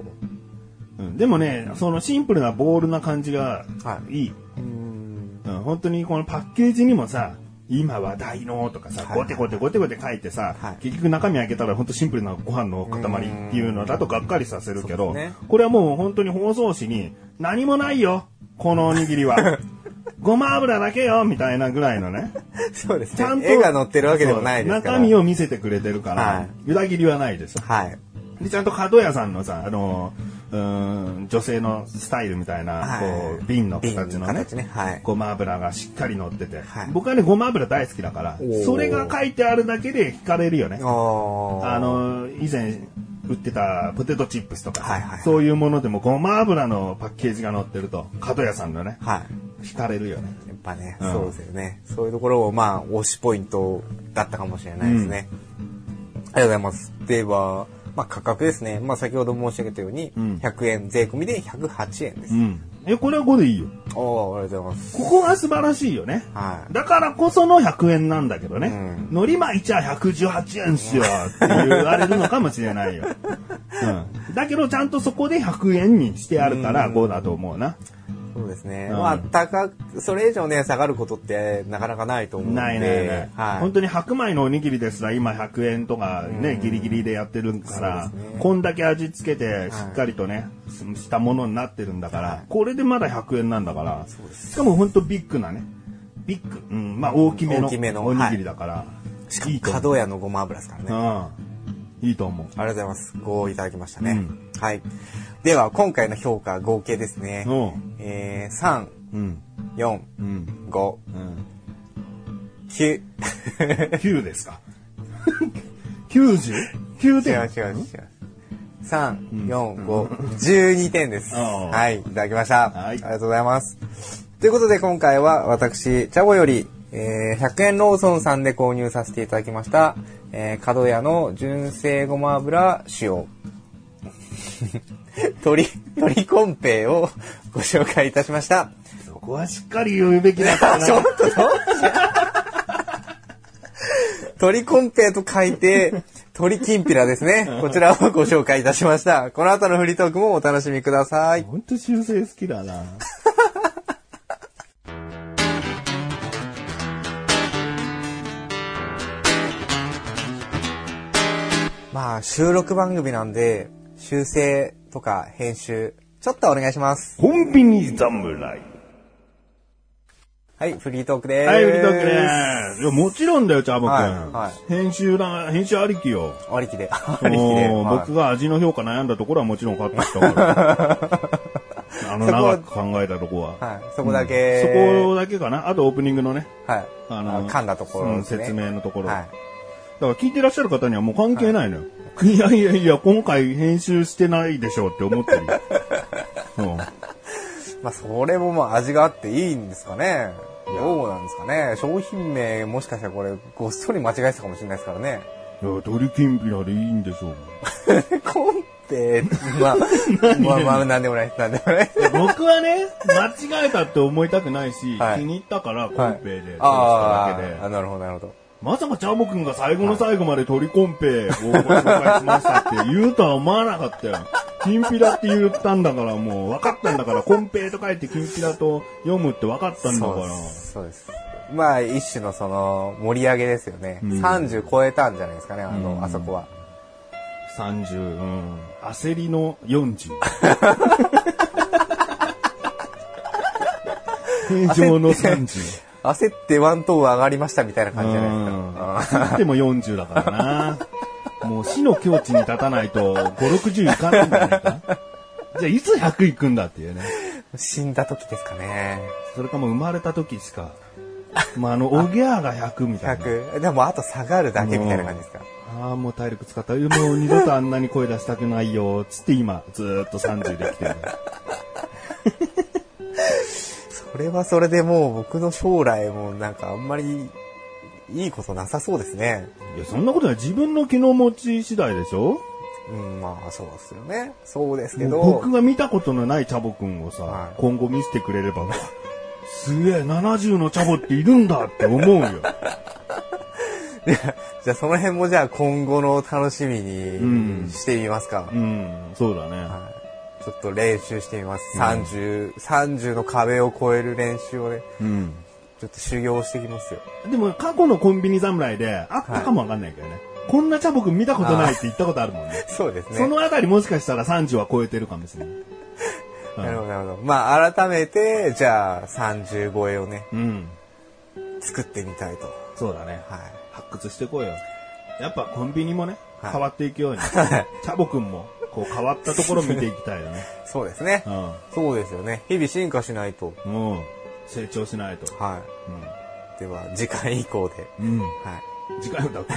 Speaker 1: うんでもね、そのシンプルなボールな感じが
Speaker 2: はい
Speaker 1: い。
Speaker 2: ーうーん。
Speaker 1: うん、本当にこのパッケージにもさ、今話題のとかさ、
Speaker 2: はい
Speaker 1: ゴテゴテゴテゴテ書いてさ、
Speaker 2: はい
Speaker 1: 結局中身開けたら本当シンプルなご飯の塊っていうのだとがっかりさせるけ
Speaker 2: そ
Speaker 1: ど、
Speaker 2: うですね
Speaker 1: これはもう本当に包装紙に何もないよこのおにぎり は。ごま油だけよみたいなぐらいのね。
Speaker 2: そうです
Speaker 1: ちゃん
Speaker 2: ね。
Speaker 1: と。
Speaker 2: 絵が載ってるわけでもないですか
Speaker 1: そう
Speaker 2: ら。
Speaker 1: 中身を見せてくれてるから、
Speaker 2: はい
Speaker 1: 裏切りはないです。
Speaker 2: はい。
Speaker 1: で、ちゃんと角屋さんのさ、あの、うーん、女性のスタイルみたいな、
Speaker 2: はい
Speaker 1: こう、瓶の形
Speaker 2: 瓶の
Speaker 1: のね
Speaker 2: 形ねはい
Speaker 1: ごま油がしっかり乗ってて、
Speaker 2: はい
Speaker 1: 僕はね、ごま油大好きだから
Speaker 2: おー、
Speaker 1: それが書いてあるだけで惹かれるよね。
Speaker 2: おー
Speaker 1: あ、の、以前、売ってたポテトチップスとかさ、
Speaker 2: はいはい
Speaker 1: そういうものでもごま油のパッケージが乗ってると、角屋さんのね、
Speaker 2: はい。
Speaker 1: 惹かれるよね。
Speaker 2: やっぱね、
Speaker 1: うん
Speaker 2: そうですよね。そういうところを、まあ、推しポイントだったかもしれないですね。ありがとうございます。では、まあ、価格ですね。まあ、先ほど申し上げたように、
Speaker 1: ん
Speaker 2: 100円、税込みで108円です。
Speaker 1: う
Speaker 2: あ
Speaker 1: ん。え、これは5でいいよ。
Speaker 2: あー、ありがとうございます。
Speaker 1: ここが素晴らしいよね。
Speaker 2: はい。
Speaker 1: だからこその100円なんだけどね。
Speaker 2: うん
Speaker 1: 海苔巻いちゃ118円っすよって言われるのかもしれないよ。うん、だけどちゃんとそこで100円にしてあるから5だと思うな。
Speaker 2: そうですね。
Speaker 1: うん
Speaker 2: まあ、高く、それ以上ね、下がることって、なかなかないと思うんで。
Speaker 1: ないないない。
Speaker 2: はい。
Speaker 1: 本当に白米のおにぎりですら今100円とかね、ギリギリでやってるから、
Speaker 2: そうですね
Speaker 1: こんだけ味付けてしっかりとね、したものになってるんだから、これでまだ100円なんだから、
Speaker 2: うで
Speaker 1: しかも本当ビッグなね、ビッグ、うん、まあ大きめの
Speaker 2: 大きめの
Speaker 1: おにぎりだから、
Speaker 2: しか
Speaker 1: い
Speaker 2: も、
Speaker 1: いと思う
Speaker 2: 角屋のごま油ですからね。
Speaker 1: うん。いいと思う。
Speaker 2: ありがとうございます。ごいただきましたね。
Speaker 1: うん
Speaker 2: はい。では、今回の評価合計ですね。
Speaker 1: う
Speaker 2: えー、3、
Speaker 1: ん。
Speaker 2: 4、
Speaker 1: うん。
Speaker 2: 5、
Speaker 1: うん。
Speaker 2: 9。
Speaker 1: 9ですか。90?9
Speaker 2: 違う
Speaker 1: 点。
Speaker 2: 違う違う。3、4、5、12 点です。
Speaker 1: ああ
Speaker 2: はい、いただきました。
Speaker 1: はい
Speaker 2: ありがとうございます。ということで今回は私、チャボより、えー100円ローソンさんで購入させていただきました、えー、角屋の純正ごま油使用。 鳥、鳥コンペイを ご紹介いたしました。
Speaker 1: そこはしっかり言うべきだった
Speaker 2: あ
Speaker 1: な。
Speaker 2: ちょっとどうしよう鳥コンペと書いて、鳥きんぴらです ね。こちらをご紹介いたしました。この後のフリートークもお楽しみください。
Speaker 1: ほんと修正好きだな。
Speaker 2: まあ、収録番組なんで、修正とか編集、ちょっとお願いします。
Speaker 1: コンビニ侍。
Speaker 2: はい、フリートークです。
Speaker 1: はい、売りたくねー。いや、もちろんだよ、チャボくん。
Speaker 2: はいは
Speaker 1: 編集だ、編 集ありきよ。
Speaker 2: ありきで。ありきで。
Speaker 1: もう
Speaker 2: はい
Speaker 1: 僕が味の評価悩んだところはもちろんカットした から。あの、
Speaker 2: そこは
Speaker 1: 長く考えたとこは。
Speaker 2: はい、そこだけ。
Speaker 1: そこだけかな。あとオープニングのね。
Speaker 2: はい。
Speaker 1: あ
Speaker 2: あ
Speaker 1: の
Speaker 2: の、噛んだところですね。
Speaker 1: うん説明のところ
Speaker 2: はい。
Speaker 1: だから聞いてらっしゃる方にはもう関係ないのよ。 い、やいやいや、今回編集してないでしょうって思 ってるよ。うん
Speaker 2: まあ、それもまあ味があっていいんですかね。どうなんですかね。商品名もしかしたらこれ、ごっそり間違えてたかもしれないですからね。
Speaker 1: いや、鳥きんぴらでいいんでしょう。
Speaker 2: コンって、 まあ、まあ、まあ、なんでもないです。なんでもないです。
Speaker 1: 僕はね、間違えたって思いたくないし、
Speaker 2: はい
Speaker 1: 気に入ったからコンペで通したわ
Speaker 2: あ
Speaker 1: けで、
Speaker 2: ーあ、なるほど、なるほど。
Speaker 1: まさかチャボくんが最後の最後まで鳥コンペをご紹介しましたって言うとは思わなかったよ。きんぴらって言ったんだからもう分かったんだから、コンペと書いてきんぴらと読むって分かったんだ
Speaker 2: そう
Speaker 1: か
Speaker 2: で
Speaker 1: ら。
Speaker 2: す。そうです。まあ、一種のその、盛り上げですよね。
Speaker 1: うん
Speaker 2: 30超えたんじゃないですかね、あの、
Speaker 1: うん
Speaker 2: あそこは。
Speaker 1: 30、うん。焦りの40。平常の30。
Speaker 2: 焦ってワントーン上がりましたみたいな感じじゃないですか。
Speaker 1: うん。つっても40だからな。もう死の境地に立たないと5、60いかないんじゃないか。じゃあいつ100いくんだっていうね。
Speaker 2: うん死んだ時ですかね。
Speaker 1: それかもう生まれた時しか。まあ、あの、おぎゃーが100みたいな。
Speaker 2: 100。でも、あと下がるだけみたいな感じですか。
Speaker 1: ああ、もう体力使った。もう二度とあんなに声出したくないよ。つって今、ずーっと30できてる。
Speaker 2: それはそれでもう僕の将来もなんかあんまりいいことなさそうですね。
Speaker 1: いや、そんなことない。自分の気の持ち次第でしょ
Speaker 2: うん、まあそうですよね。そうですけ
Speaker 1: も
Speaker 2: ど。
Speaker 1: う僕が見たことのないチャボくんをさ、
Speaker 2: はい
Speaker 1: 今後見せてくれれば、すげえ、70のチャボっているんだって思うよ。
Speaker 2: じゃあその辺もじゃあ今後の楽しみ
Speaker 1: うん
Speaker 2: にしてみますか。
Speaker 1: うん、そうだね。
Speaker 2: はいちょっと練習してみます。30、30の壁を超える練習をね、
Speaker 1: うん。
Speaker 2: ちょっと修行してきますよ。
Speaker 1: でも、過去のコンビニ侍であったかもわかんないけどね。こんなチャボくん見たことないって言ったことあるもんね。
Speaker 2: そうです
Speaker 1: そ
Speaker 2: ね。
Speaker 1: のあたりもしかしたら30は超えてるかもしれない。
Speaker 2: なるほど、なるほど。まあ改めて、じゃあ30超えをね、
Speaker 1: うん。
Speaker 2: 作ってみたいと。
Speaker 1: そうだね。
Speaker 2: はい。
Speaker 1: 発掘してこうよ。やっぱコンビニもね、
Speaker 2: はい
Speaker 1: 変わっていくように。チャボくんも、こう変わったところ見ていきたい よね。
Speaker 2: そうですね
Speaker 1: う。ん。
Speaker 2: そうですよね。日々進化しないと。
Speaker 1: もう、成長しないと。
Speaker 2: はい。では、次回以降で。
Speaker 1: うん。
Speaker 2: はい。
Speaker 1: 次回もだって、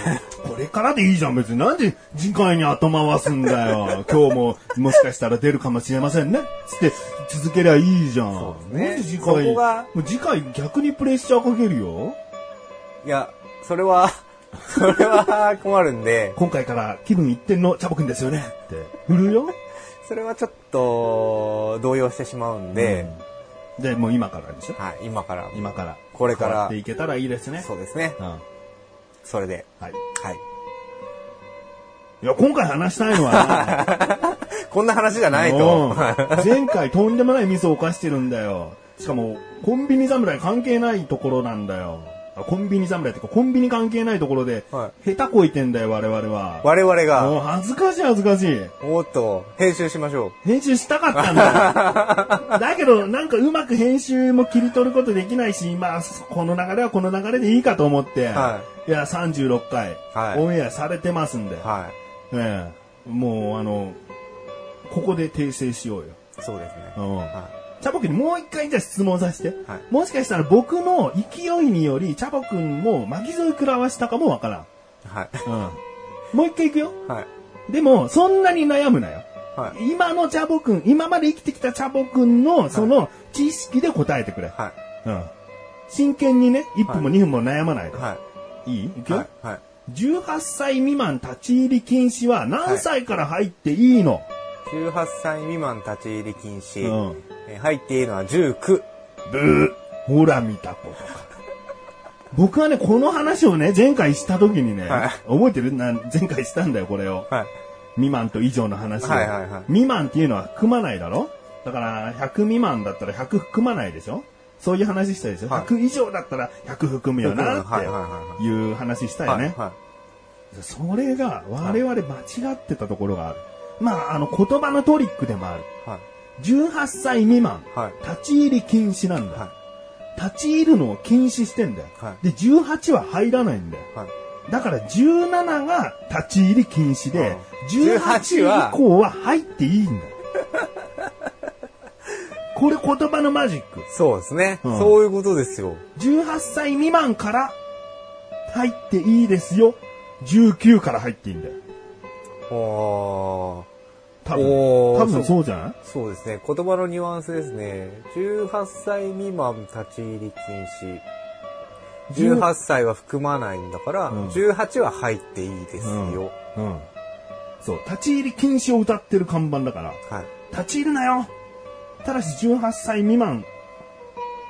Speaker 1: これからでいいじゃん、別に。なんで次回に後回すんだ よ。今日も、もしかしたら出るかもしれませんね。つって、続けりゃいいじゃん。
Speaker 2: そうですね
Speaker 1: なんで次
Speaker 2: そ
Speaker 1: 回、
Speaker 2: こが
Speaker 1: もう次回逆にプレッシャーかけるよ。
Speaker 2: いや、それは、 それは困るんで、
Speaker 1: 今回から気分一転のチャボくんですよね。って、振るよ。
Speaker 2: それはちょっと、動揺してしまうんで、
Speaker 1: うんで、もう今からでしょ。
Speaker 2: はい、今から。
Speaker 1: 今から。
Speaker 2: これから
Speaker 1: 変わっていけたらいいですね。
Speaker 2: そうですね。
Speaker 1: うん。は
Speaker 2: それで。
Speaker 1: い。
Speaker 2: はい。
Speaker 1: いや、今回話したいのは な、
Speaker 2: こんな話じゃないと。
Speaker 1: うん前回とんでもないミスを犯してるんだよ。しかも、コンビニ侍関係ないところなんだよ。あコンビニ侍ってか、コンビニ関係ないところで、
Speaker 2: は
Speaker 1: 下手こいてんだよ、我々は。
Speaker 2: 我々が、
Speaker 1: もう恥ずかしい恥ずかしい。
Speaker 2: もっと、編集しましょ
Speaker 1: 編集したかったんだ よ。だけど、なんかうまく編集も切り取ることできないし、まあ、この流れはこの流れでいいかと思って、、
Speaker 2: はい
Speaker 1: や、36回、
Speaker 2: はい
Speaker 1: オンエアされてますんで、
Speaker 2: う。は
Speaker 1: ええもう、あの、ここで訂正しようよ。
Speaker 2: い。そうですね。
Speaker 1: うん
Speaker 2: は
Speaker 1: チャボくんにもう一回じゃあ質問させて。
Speaker 2: はい
Speaker 1: もしかしたら僕の勢いにより、チャボくんも巻き添え食らわしたかもわからん。
Speaker 2: い。はい。
Speaker 1: うん。もう一回行くよ。
Speaker 2: はい。
Speaker 1: でも、そんなに悩むなよ。
Speaker 2: はい。
Speaker 1: 今のチャボくん、今まで生きてきたチャボくんのその知識で答えてくれ。
Speaker 2: は
Speaker 1: うん。真剣にね、1分も
Speaker 2: は
Speaker 1: 2分も悩まない
Speaker 2: い。
Speaker 1: で。、
Speaker 2: はい
Speaker 1: い行
Speaker 2: い。
Speaker 1: くよ、
Speaker 2: はい。はい。
Speaker 1: ?18 歳未満立ち入り禁止は何歳から入っていいの、
Speaker 2: 18歳未満立ち入り禁止。
Speaker 1: うん
Speaker 2: えー入っていいのは19。
Speaker 1: ブー。ほら見たことか。僕はね、この話をね、前回した時にね、
Speaker 2: はい
Speaker 1: 覚えてるな前回したんだよ、これを。
Speaker 2: はい。
Speaker 1: 未満と以上の話を、
Speaker 2: はいはいはい
Speaker 1: 未満っていうのは含まないだろだから、100未満だったら100含まないでしょそういう話したでしょ、
Speaker 2: はい
Speaker 1: ?100 以上だったら100含むよな
Speaker 2: はいはいは
Speaker 1: っ
Speaker 2: い
Speaker 1: ていう話したよね。
Speaker 2: はい。はい
Speaker 1: それが、我々間違ってたところがある。まあ、あの、言葉のトリックでもある。
Speaker 2: はい。
Speaker 1: 18歳未満、
Speaker 2: はい
Speaker 1: 立ち入り禁止なんだ。
Speaker 2: はい。
Speaker 1: 立ち入るのを禁止してんだよ。
Speaker 2: はい
Speaker 1: で、18は入らないんだよ。
Speaker 2: はい。
Speaker 1: だから17が立ち入り禁止で、
Speaker 2: うん
Speaker 1: 18
Speaker 2: 18は
Speaker 1: 以降は入っていいんだ よ。これ言葉のマジック。
Speaker 2: そうですね、
Speaker 1: うん
Speaker 2: そういうことですよ。
Speaker 1: 18歳未満から入っていいですよ。19から入っていいんだよ。
Speaker 2: おー
Speaker 1: 多分。
Speaker 2: おー
Speaker 1: 多分そうじゃない
Speaker 2: そうですね。言葉のニュアンスですね。18歳未満立ち入り禁止。18歳は含まないんだから、
Speaker 1: うん
Speaker 2: 18は入っていいですよ。
Speaker 1: うん。そう、立ち入り禁止を歌ってる看板だから、
Speaker 2: はい。
Speaker 1: 立ち入るなよただし18歳未満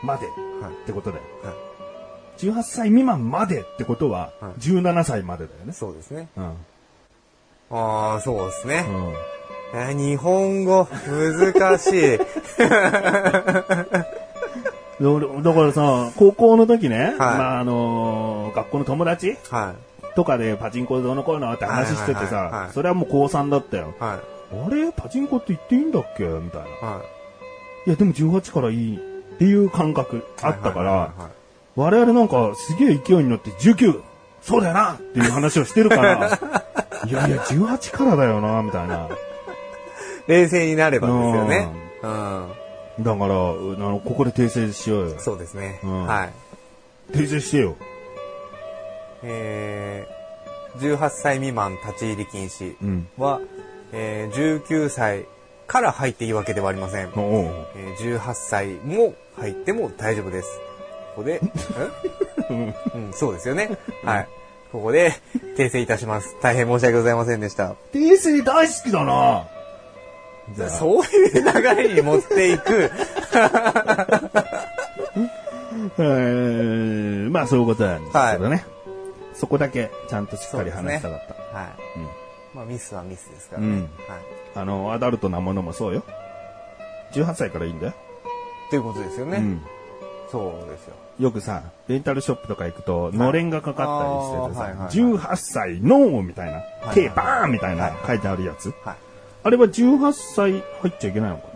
Speaker 1: までっ
Speaker 2: はい。
Speaker 1: てことで。
Speaker 2: はい。
Speaker 1: 18歳未満までってことは
Speaker 2: はい、
Speaker 1: 17歳までだよね。
Speaker 2: そうですね。
Speaker 1: うん。
Speaker 2: ああ、そうですね。
Speaker 1: うん。
Speaker 2: えー日本語、難しい。
Speaker 1: だからだからさ、高校の時ね、まあ、あのー学校の友達
Speaker 2: は
Speaker 1: とかでパチンコどうのこうのって話してて
Speaker 2: はいはいはいは
Speaker 1: さ
Speaker 2: い、
Speaker 1: それはもう高3だったよ。
Speaker 2: い。は
Speaker 1: あれパチンコって言っていいんだっけみたいな。い
Speaker 2: い。は
Speaker 1: や、でも18からいいっていう感覚
Speaker 2: い。
Speaker 1: あったか
Speaker 2: はい
Speaker 1: ら、我々なんかすげえ勢いに乗って19、そうだよなっていう話をしてるから、 いやいや、18からだよな、みたいな。
Speaker 2: 冷静になればですよね。うん。
Speaker 1: だから、あの、ここで訂正しようよ。
Speaker 2: そうですね。
Speaker 1: うん
Speaker 2: はい。
Speaker 1: 訂正してよ。
Speaker 2: えー、18歳未満立ち入り禁止
Speaker 1: うん。
Speaker 2: は、えー、19歳から入っていいわけではありません。
Speaker 1: おうおう
Speaker 2: えー、18歳も入っても大丈夫です。ここで、うん、うんそうですよね。はい。ここで訂正いたします。大変申し訳ございませんでした。
Speaker 1: 訂正大好きだなじゃあ
Speaker 2: そういう流れに持って いく。
Speaker 1: えーまあそういうことなんですけどね。そこだけちゃんとしっかり話したかった。
Speaker 2: はい。
Speaker 1: うん
Speaker 2: まあミスはミスですから
Speaker 1: う
Speaker 2: ね。
Speaker 1: ん
Speaker 2: はい。
Speaker 1: あの、アダルトなものもそうよ。18歳からいいんだよ。
Speaker 2: ということですよね。
Speaker 1: うん。
Speaker 2: そうですよ。
Speaker 1: よくさ、レンタルショップとか行くと、のれんがかかったりしててさ、
Speaker 2: あーはいはいはい
Speaker 1: 18歳のみたいな、
Speaker 2: はい
Speaker 1: 手バーンみたいな書いてあるやつ。
Speaker 2: はい。
Speaker 1: あれは18歳入っちゃいけないのかな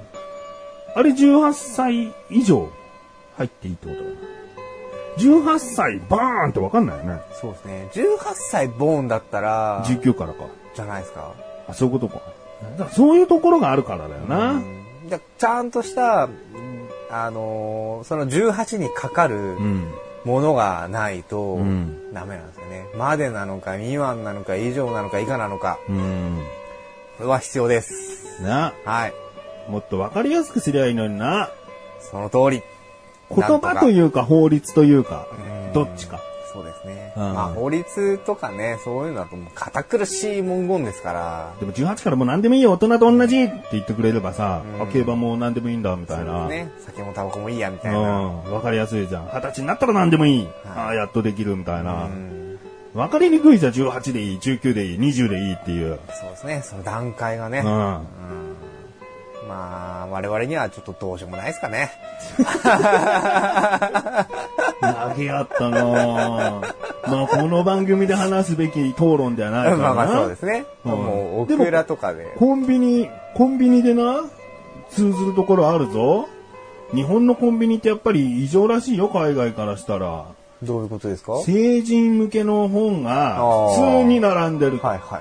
Speaker 1: あれ18歳以上入っていいってことだな。18歳バーンってわかんないよね。
Speaker 2: そうですね。18歳ボーンだったら、じ
Speaker 1: 19からか。
Speaker 2: ゃないですか。
Speaker 1: あ、そういうことか。だからそういうところがあるからだよな。
Speaker 2: うんだちゃんとした、うんあのーその18にかかる
Speaker 1: うん。
Speaker 2: ものがないと
Speaker 1: ん
Speaker 2: ダメなんですよね。までなのか、未満なのか、以上なのか、以下なのか、
Speaker 1: うん。
Speaker 2: これは必要です。
Speaker 1: な、
Speaker 2: はい。
Speaker 1: もっとわかりやすくすりゃいいのにな。
Speaker 2: その通り。
Speaker 1: 言葉と
Speaker 2: う。
Speaker 1: いうか法律というか、どっちか。
Speaker 2: そうですね。
Speaker 1: うん
Speaker 2: まあ、法律とかね、そういうのだともう堅苦しい文言ですから。
Speaker 1: でも18からもう何でもいいよ、大人と同じって言ってくれればさ、あ競馬も何でもいいんだ、みたいな。
Speaker 2: そうですね。酒もタバコもいいや、み
Speaker 1: う
Speaker 2: たいな。
Speaker 1: ん。わかりやすいじゃん。二十歳になったら何でもいい。ああ、やっとできる、みたいな
Speaker 2: う。ん。
Speaker 1: わかりにくいじゃん、18でいい、19でいい、20でいいっていう。
Speaker 2: そうですね。その段階がね。
Speaker 1: うん。
Speaker 2: うんまあ、我々にはちょっとどうしようもないですかね。
Speaker 1: 投げ合ったな ぁまあ、この番組で話すべき討論ではないから
Speaker 2: ま
Speaker 1: な。
Speaker 2: あまあそうですね。
Speaker 1: うん
Speaker 2: もう、オ
Speaker 1: でも
Speaker 2: クラとかで。
Speaker 1: コンビニ、コンビニでな、通ずるところあるぞ。日本のコンビニってやっぱり異常らしいよ、海外からしたら。
Speaker 2: どういうことですかはい
Speaker 1: 成人向けの本が
Speaker 2: あー
Speaker 1: 普通に並んでる。
Speaker 2: はいは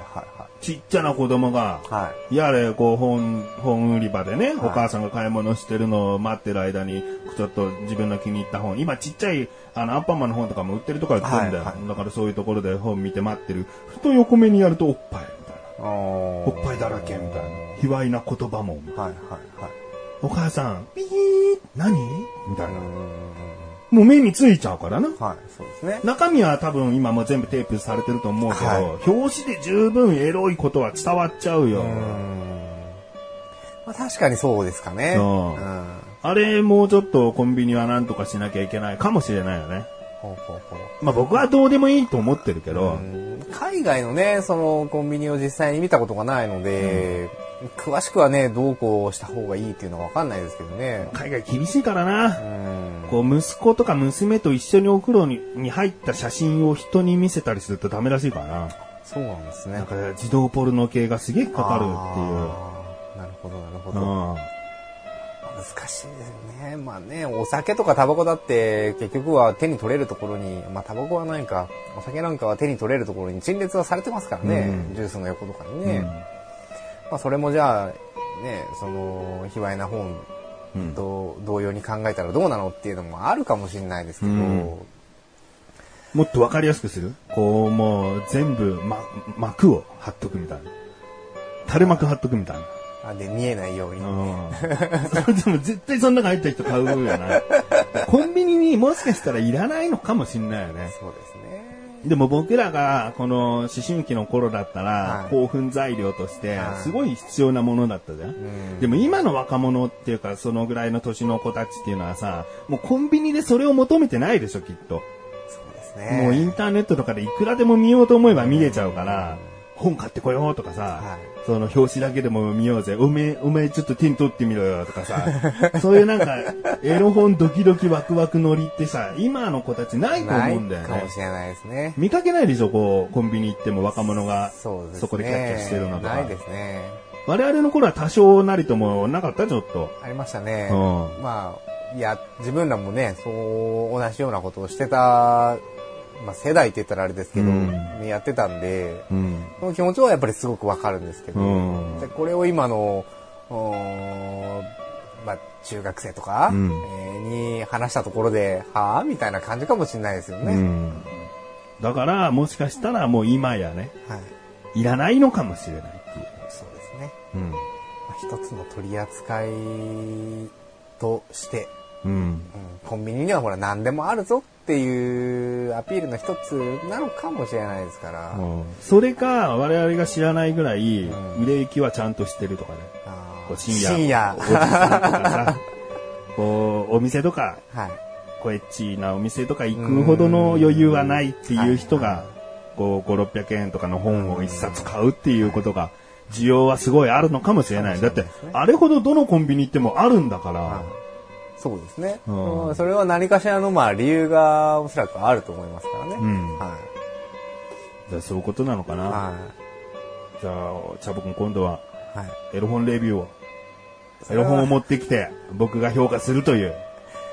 Speaker 1: ちっちゃな子供が、
Speaker 2: いはい。はい。
Speaker 1: やれ、こう、本、本売り場でね、お母さんが買い物してるのを待ってる間に、ちょっと自分の気に入った本、今ちっちゃい、あの、アンパンマンの本とかも売ってるとか言ってるんだよ。
Speaker 2: はいは
Speaker 1: だからそういうところで本見て待ってる。ふと横目にやると、おっぱい、みたいな。
Speaker 2: お
Speaker 1: おっぱいだらけ、みたいな。卑猥な言葉も。
Speaker 2: はいはいはい。
Speaker 1: お母さん、ピー何みたいな。
Speaker 2: うー
Speaker 1: も
Speaker 2: ん
Speaker 1: う目についちゃうからな。
Speaker 2: はい、そうですね。
Speaker 1: 中身は多分今もう全部テープされてると思うけど、
Speaker 2: はい
Speaker 1: 表紙で十分エロいことは伝わっちゃうよ。
Speaker 2: うーん。まあ確かにそうですかね。
Speaker 1: うん
Speaker 2: ん
Speaker 1: あれ、もうちょっとコンビニは何とかしなきゃいけないかもしれないよね。
Speaker 2: ほうほうほう
Speaker 1: まあ僕はどうでもいいと思ってるけど、
Speaker 2: うん海外のね、そのコンビニを実際に見たことがないので、詳しくはね、どうこうした方がいいっていうのはわかんないですけどね。
Speaker 1: 海外厳しいから
Speaker 2: う
Speaker 1: な。
Speaker 2: ん。
Speaker 1: こう、息子とか娘と一緒にお風呂にに入った写真を人に見せたりするとダメらしいからな。
Speaker 2: そうなんですね。
Speaker 1: なんか自動ポルノ系がすげえかかるっ
Speaker 2: あーなるほど、なるほ
Speaker 1: ていう。
Speaker 2: ど。
Speaker 1: うん。
Speaker 2: 難しいですよね。まあね、お酒とかタバコだって、結局は手に取れるところに、まあタバコはないか、お酒なんかは手に取れるところに陳列はされてますからね、ジュースの横とかにね。
Speaker 1: うん
Speaker 2: まあそれもじゃあ、ね、その、卑猥な本と同様に考えたらどうなのっていうのもあるかもしれないですけど、
Speaker 1: うんもっとわかりやすくするこう、もう全部、ま、膜を貼っとくみたいな。垂れ幕貼っとくみたいな。
Speaker 2: あで、見えないように。
Speaker 1: うん。 でも絶対その中入った人買うよな。コンビニにもしかしたらいらないのかもしんないよね。
Speaker 2: そうですね。
Speaker 1: でも僕らがこの思春期の頃だった
Speaker 2: は
Speaker 1: ら
Speaker 2: い
Speaker 1: 興奮材料として
Speaker 2: はい
Speaker 1: すごい必要なものだったじゃん。でも今の若者っていうかそのぐらいの年の子たちっていうのはさ、もうコンビニでそれを求めてないでしょきっと。
Speaker 2: そうです
Speaker 1: もうイ
Speaker 2: ね。
Speaker 1: ンターネットとかでいくらでも見ようと思えば見れちゃうから、本買ってこようとかさ、
Speaker 2: はい
Speaker 1: その表紙だけでも見ようぜ。おめえ、おめえちょっと手に取ってみろよとかさ、 そういうなんか、エロ本ドキドキワクワク乗りってさ、今の子たちないと
Speaker 2: な
Speaker 1: 思
Speaker 2: い
Speaker 1: うんだよ
Speaker 2: か
Speaker 1: ね
Speaker 2: も。しれないですね。
Speaker 1: 見かけないでしょ、こう、コンビニ行っても若者が、
Speaker 2: そうですね。
Speaker 1: そこでキャッキャしてるのと
Speaker 2: な
Speaker 1: か
Speaker 2: い。ですね。
Speaker 1: 我々の頃は多少なりともなかった、ちょっと。
Speaker 2: ありましたね。
Speaker 1: う
Speaker 2: まあ、いや、自分らもね、そう、同じようなことをしてた、まあ、世代って言ったらあれですけど、
Speaker 1: うん
Speaker 2: やってたんで、
Speaker 1: うん。
Speaker 2: その気持ちはやっぱりすごくわかるんですけど、
Speaker 1: うん
Speaker 2: でこれを今の、うーんまあ、中学生とか、
Speaker 1: うん
Speaker 2: えーに話したところで、はあみたいな感じかもしれないですよ
Speaker 1: う
Speaker 2: ね。
Speaker 1: ん。だから、もしかしたらもう今やね、
Speaker 2: はい。
Speaker 1: いらないのかもしれないっていう。
Speaker 2: そうですね。
Speaker 1: うん。
Speaker 2: まあ一つの取り扱いとして、
Speaker 1: うん。
Speaker 2: うんコンビニにはほら何でもあるぞっていうアピールの一つなのかもしれないですから、
Speaker 1: それか、我々が知らないぐらい、
Speaker 2: う
Speaker 1: 売
Speaker 2: ん
Speaker 1: れ行きはちゃんとしてるとかね。
Speaker 2: あ
Speaker 1: こ
Speaker 2: ー
Speaker 1: う深夜。
Speaker 2: 深夜
Speaker 1: おじさんとか さこう、お店とか、
Speaker 2: はい
Speaker 1: こうエッチなお店とか行くほどの余裕はないっていう人が、こう、5、600円とかの本を一冊買うっていうことが、需要はすごいあるのかもしれない。だって、あれほどどのコンビニ行ってもあるんだから
Speaker 2: はい、そうですね、
Speaker 1: うん
Speaker 2: うんそれは何かしらのまあ理由がおそらくあると思いますからね、
Speaker 1: うん
Speaker 2: は
Speaker 1: じゃあそういうことなのか
Speaker 2: い
Speaker 1: な。
Speaker 2: は
Speaker 1: じゃあ、チャボくん今度はい
Speaker 2: はい
Speaker 1: エロ本レビューを。
Speaker 2: そ
Speaker 1: エ
Speaker 2: れ
Speaker 1: ロ
Speaker 2: は
Speaker 1: 本を持ってきて、僕が評価するという、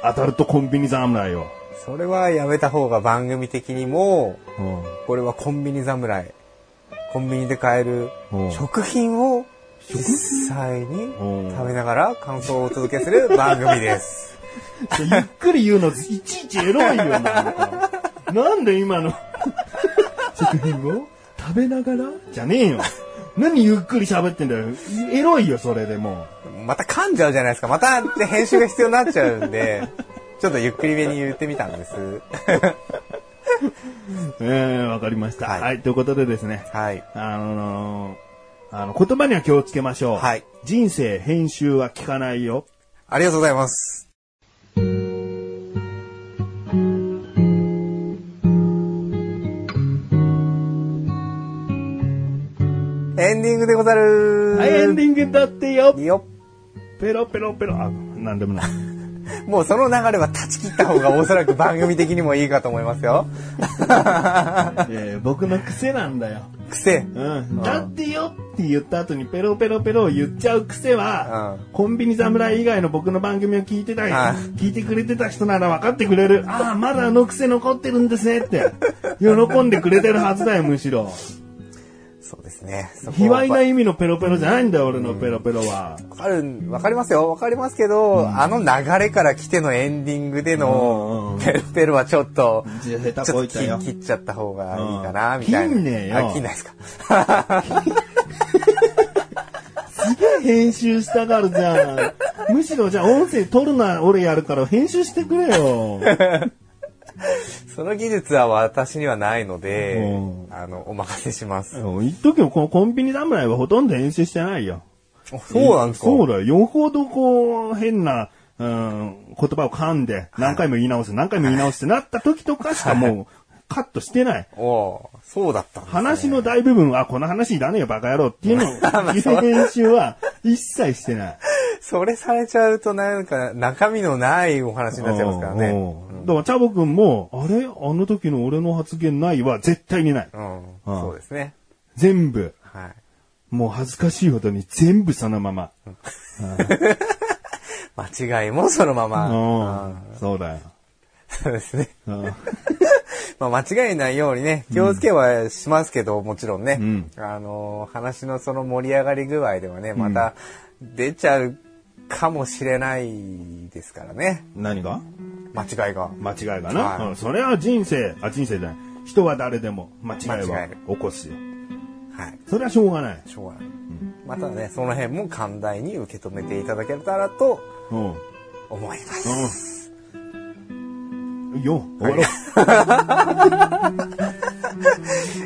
Speaker 1: アダルトコンビニ侍を。
Speaker 2: それはやめた方が番組的にも
Speaker 1: うん。
Speaker 2: これはコンビニ侍コンビニで買える
Speaker 1: うん
Speaker 2: 食品を実際に
Speaker 1: うん
Speaker 2: 食べながら感想をお届けする番組です。
Speaker 1: ゆっくり言うの、いちいちエロいよ、なん か。なんで今の、食品を食べながらじゃねえよ。何ゆっくり喋ってんだよ。エロいよ、それでも
Speaker 2: また噛んじゃうじゃないですか。また編集が必要になっちゃう んで、ちょっとゆっくりめに言ってみたんです。
Speaker 1: う。ええわかりました。は、
Speaker 2: はいい
Speaker 1: ということでですね。
Speaker 2: はい。
Speaker 1: あのーあの、言葉には気をつけましょう。
Speaker 2: はい
Speaker 1: 人生編集は聞かないよ。
Speaker 2: ありがとうございます。エンディングでござる。
Speaker 1: はい、エンディングだってよ。
Speaker 2: よ
Speaker 1: ペロペロペロ。あ、なんでもない。
Speaker 2: っもうその流れは断ち切った方がおそらく番組的にもいいかと思いますよ。
Speaker 1: えー僕の癖なんだよ。
Speaker 2: 癖。
Speaker 1: うん。だってよって言った後にペロペロペロを言っちゃう癖は、
Speaker 2: うん
Speaker 1: コンビニ侍以外の僕の番組を聞いてたり、
Speaker 2: はい
Speaker 1: 聞いてくれてた人なら分かってくれる。ああ、まだあの癖残ってるんですねって、喜んでくれてるはずだよ、むしろ。
Speaker 2: そうですね。そ
Speaker 1: 卑
Speaker 2: こ
Speaker 1: 猥
Speaker 2: はやっぱ
Speaker 1: な意味のペロペロじゃないんだよ、俺のペロペロは。
Speaker 2: わかる、わかりますよ。わかりますけど、あの流れから来てのエンディングで
Speaker 1: うんうんう
Speaker 2: の
Speaker 1: ん、
Speaker 2: ペルペルはちょっと、
Speaker 1: じゃあ下手
Speaker 2: ち
Speaker 1: こ
Speaker 2: ょ
Speaker 1: い
Speaker 2: っと
Speaker 1: たよ
Speaker 2: 切切っちゃった方がいいか
Speaker 1: う
Speaker 2: な、
Speaker 1: ん
Speaker 2: みたいな。
Speaker 1: 切んねえよ
Speaker 2: あ切んないですか。
Speaker 1: 編集したがるじゃん。むしろじゃあ音声取るのは俺やるから編集してくれよ。
Speaker 2: その技術は私にはないので
Speaker 1: う、
Speaker 2: あの、お任せします。
Speaker 1: 一時もこのコンビニ侍はほとんど編集してないよ。
Speaker 2: あそうなんですか
Speaker 1: そうだよ。よほどこう、変な、うん、言葉を噛んで、何回も言い直す、何回も言い直すってなった時とかしかもう、カットしてない。
Speaker 2: おうそうだったんですね
Speaker 1: 話の大部分は、あこの話いらねえよ、バカ野郎っていうの を、いう編集は一切してない。
Speaker 2: それされちゃうとなんか中身のないお話になっちゃいますから
Speaker 1: う
Speaker 2: ね。
Speaker 1: んうんだから、チャボくんも、あれあの時の俺の発言ないは絶対にない。
Speaker 2: うん。
Speaker 1: うん
Speaker 2: そうですね。
Speaker 1: 全部、
Speaker 2: はい。
Speaker 1: もう恥ずかしいほどに全部そのまま。
Speaker 2: 間違いもそのまま。
Speaker 1: うんそうだよ。
Speaker 2: そうですね。
Speaker 1: うん
Speaker 2: まあ、間違えないようにね、気をつけはしますけど、もちろんね、
Speaker 1: うん
Speaker 2: あのー話のその盛り上がり具合ではね、また出ちゃうかもしれないですからね、
Speaker 1: 何が
Speaker 2: 間違いが。
Speaker 1: 間違いがな、
Speaker 2: はい
Speaker 1: うんそれは人生あ人生じゃない人は誰でも間違い
Speaker 2: 間
Speaker 1: は
Speaker 2: 違える
Speaker 1: 起こすよ
Speaker 2: はい。
Speaker 1: それはしょうがない、
Speaker 2: しょうがない。またね、その辺も寛大に受け止めていただけたらと
Speaker 1: うん
Speaker 2: 思います。
Speaker 1: うんよ終わろう、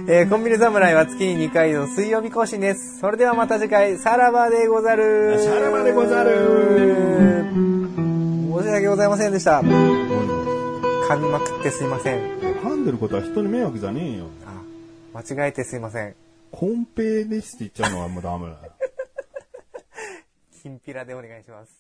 Speaker 2: えーコンビニ侍は月に2回の水曜日更新です。それではまた次回、さらばでござる。
Speaker 1: さらばでござる。
Speaker 2: 申し訳ございませんでした。噛みまくってすいません。
Speaker 1: 噛んでることは人に迷惑じゃねえよ。
Speaker 2: あ、間違えてすいません。
Speaker 1: コンペですって言っちゃうのはもうダメだよ。
Speaker 2: きんぴらでお願いします。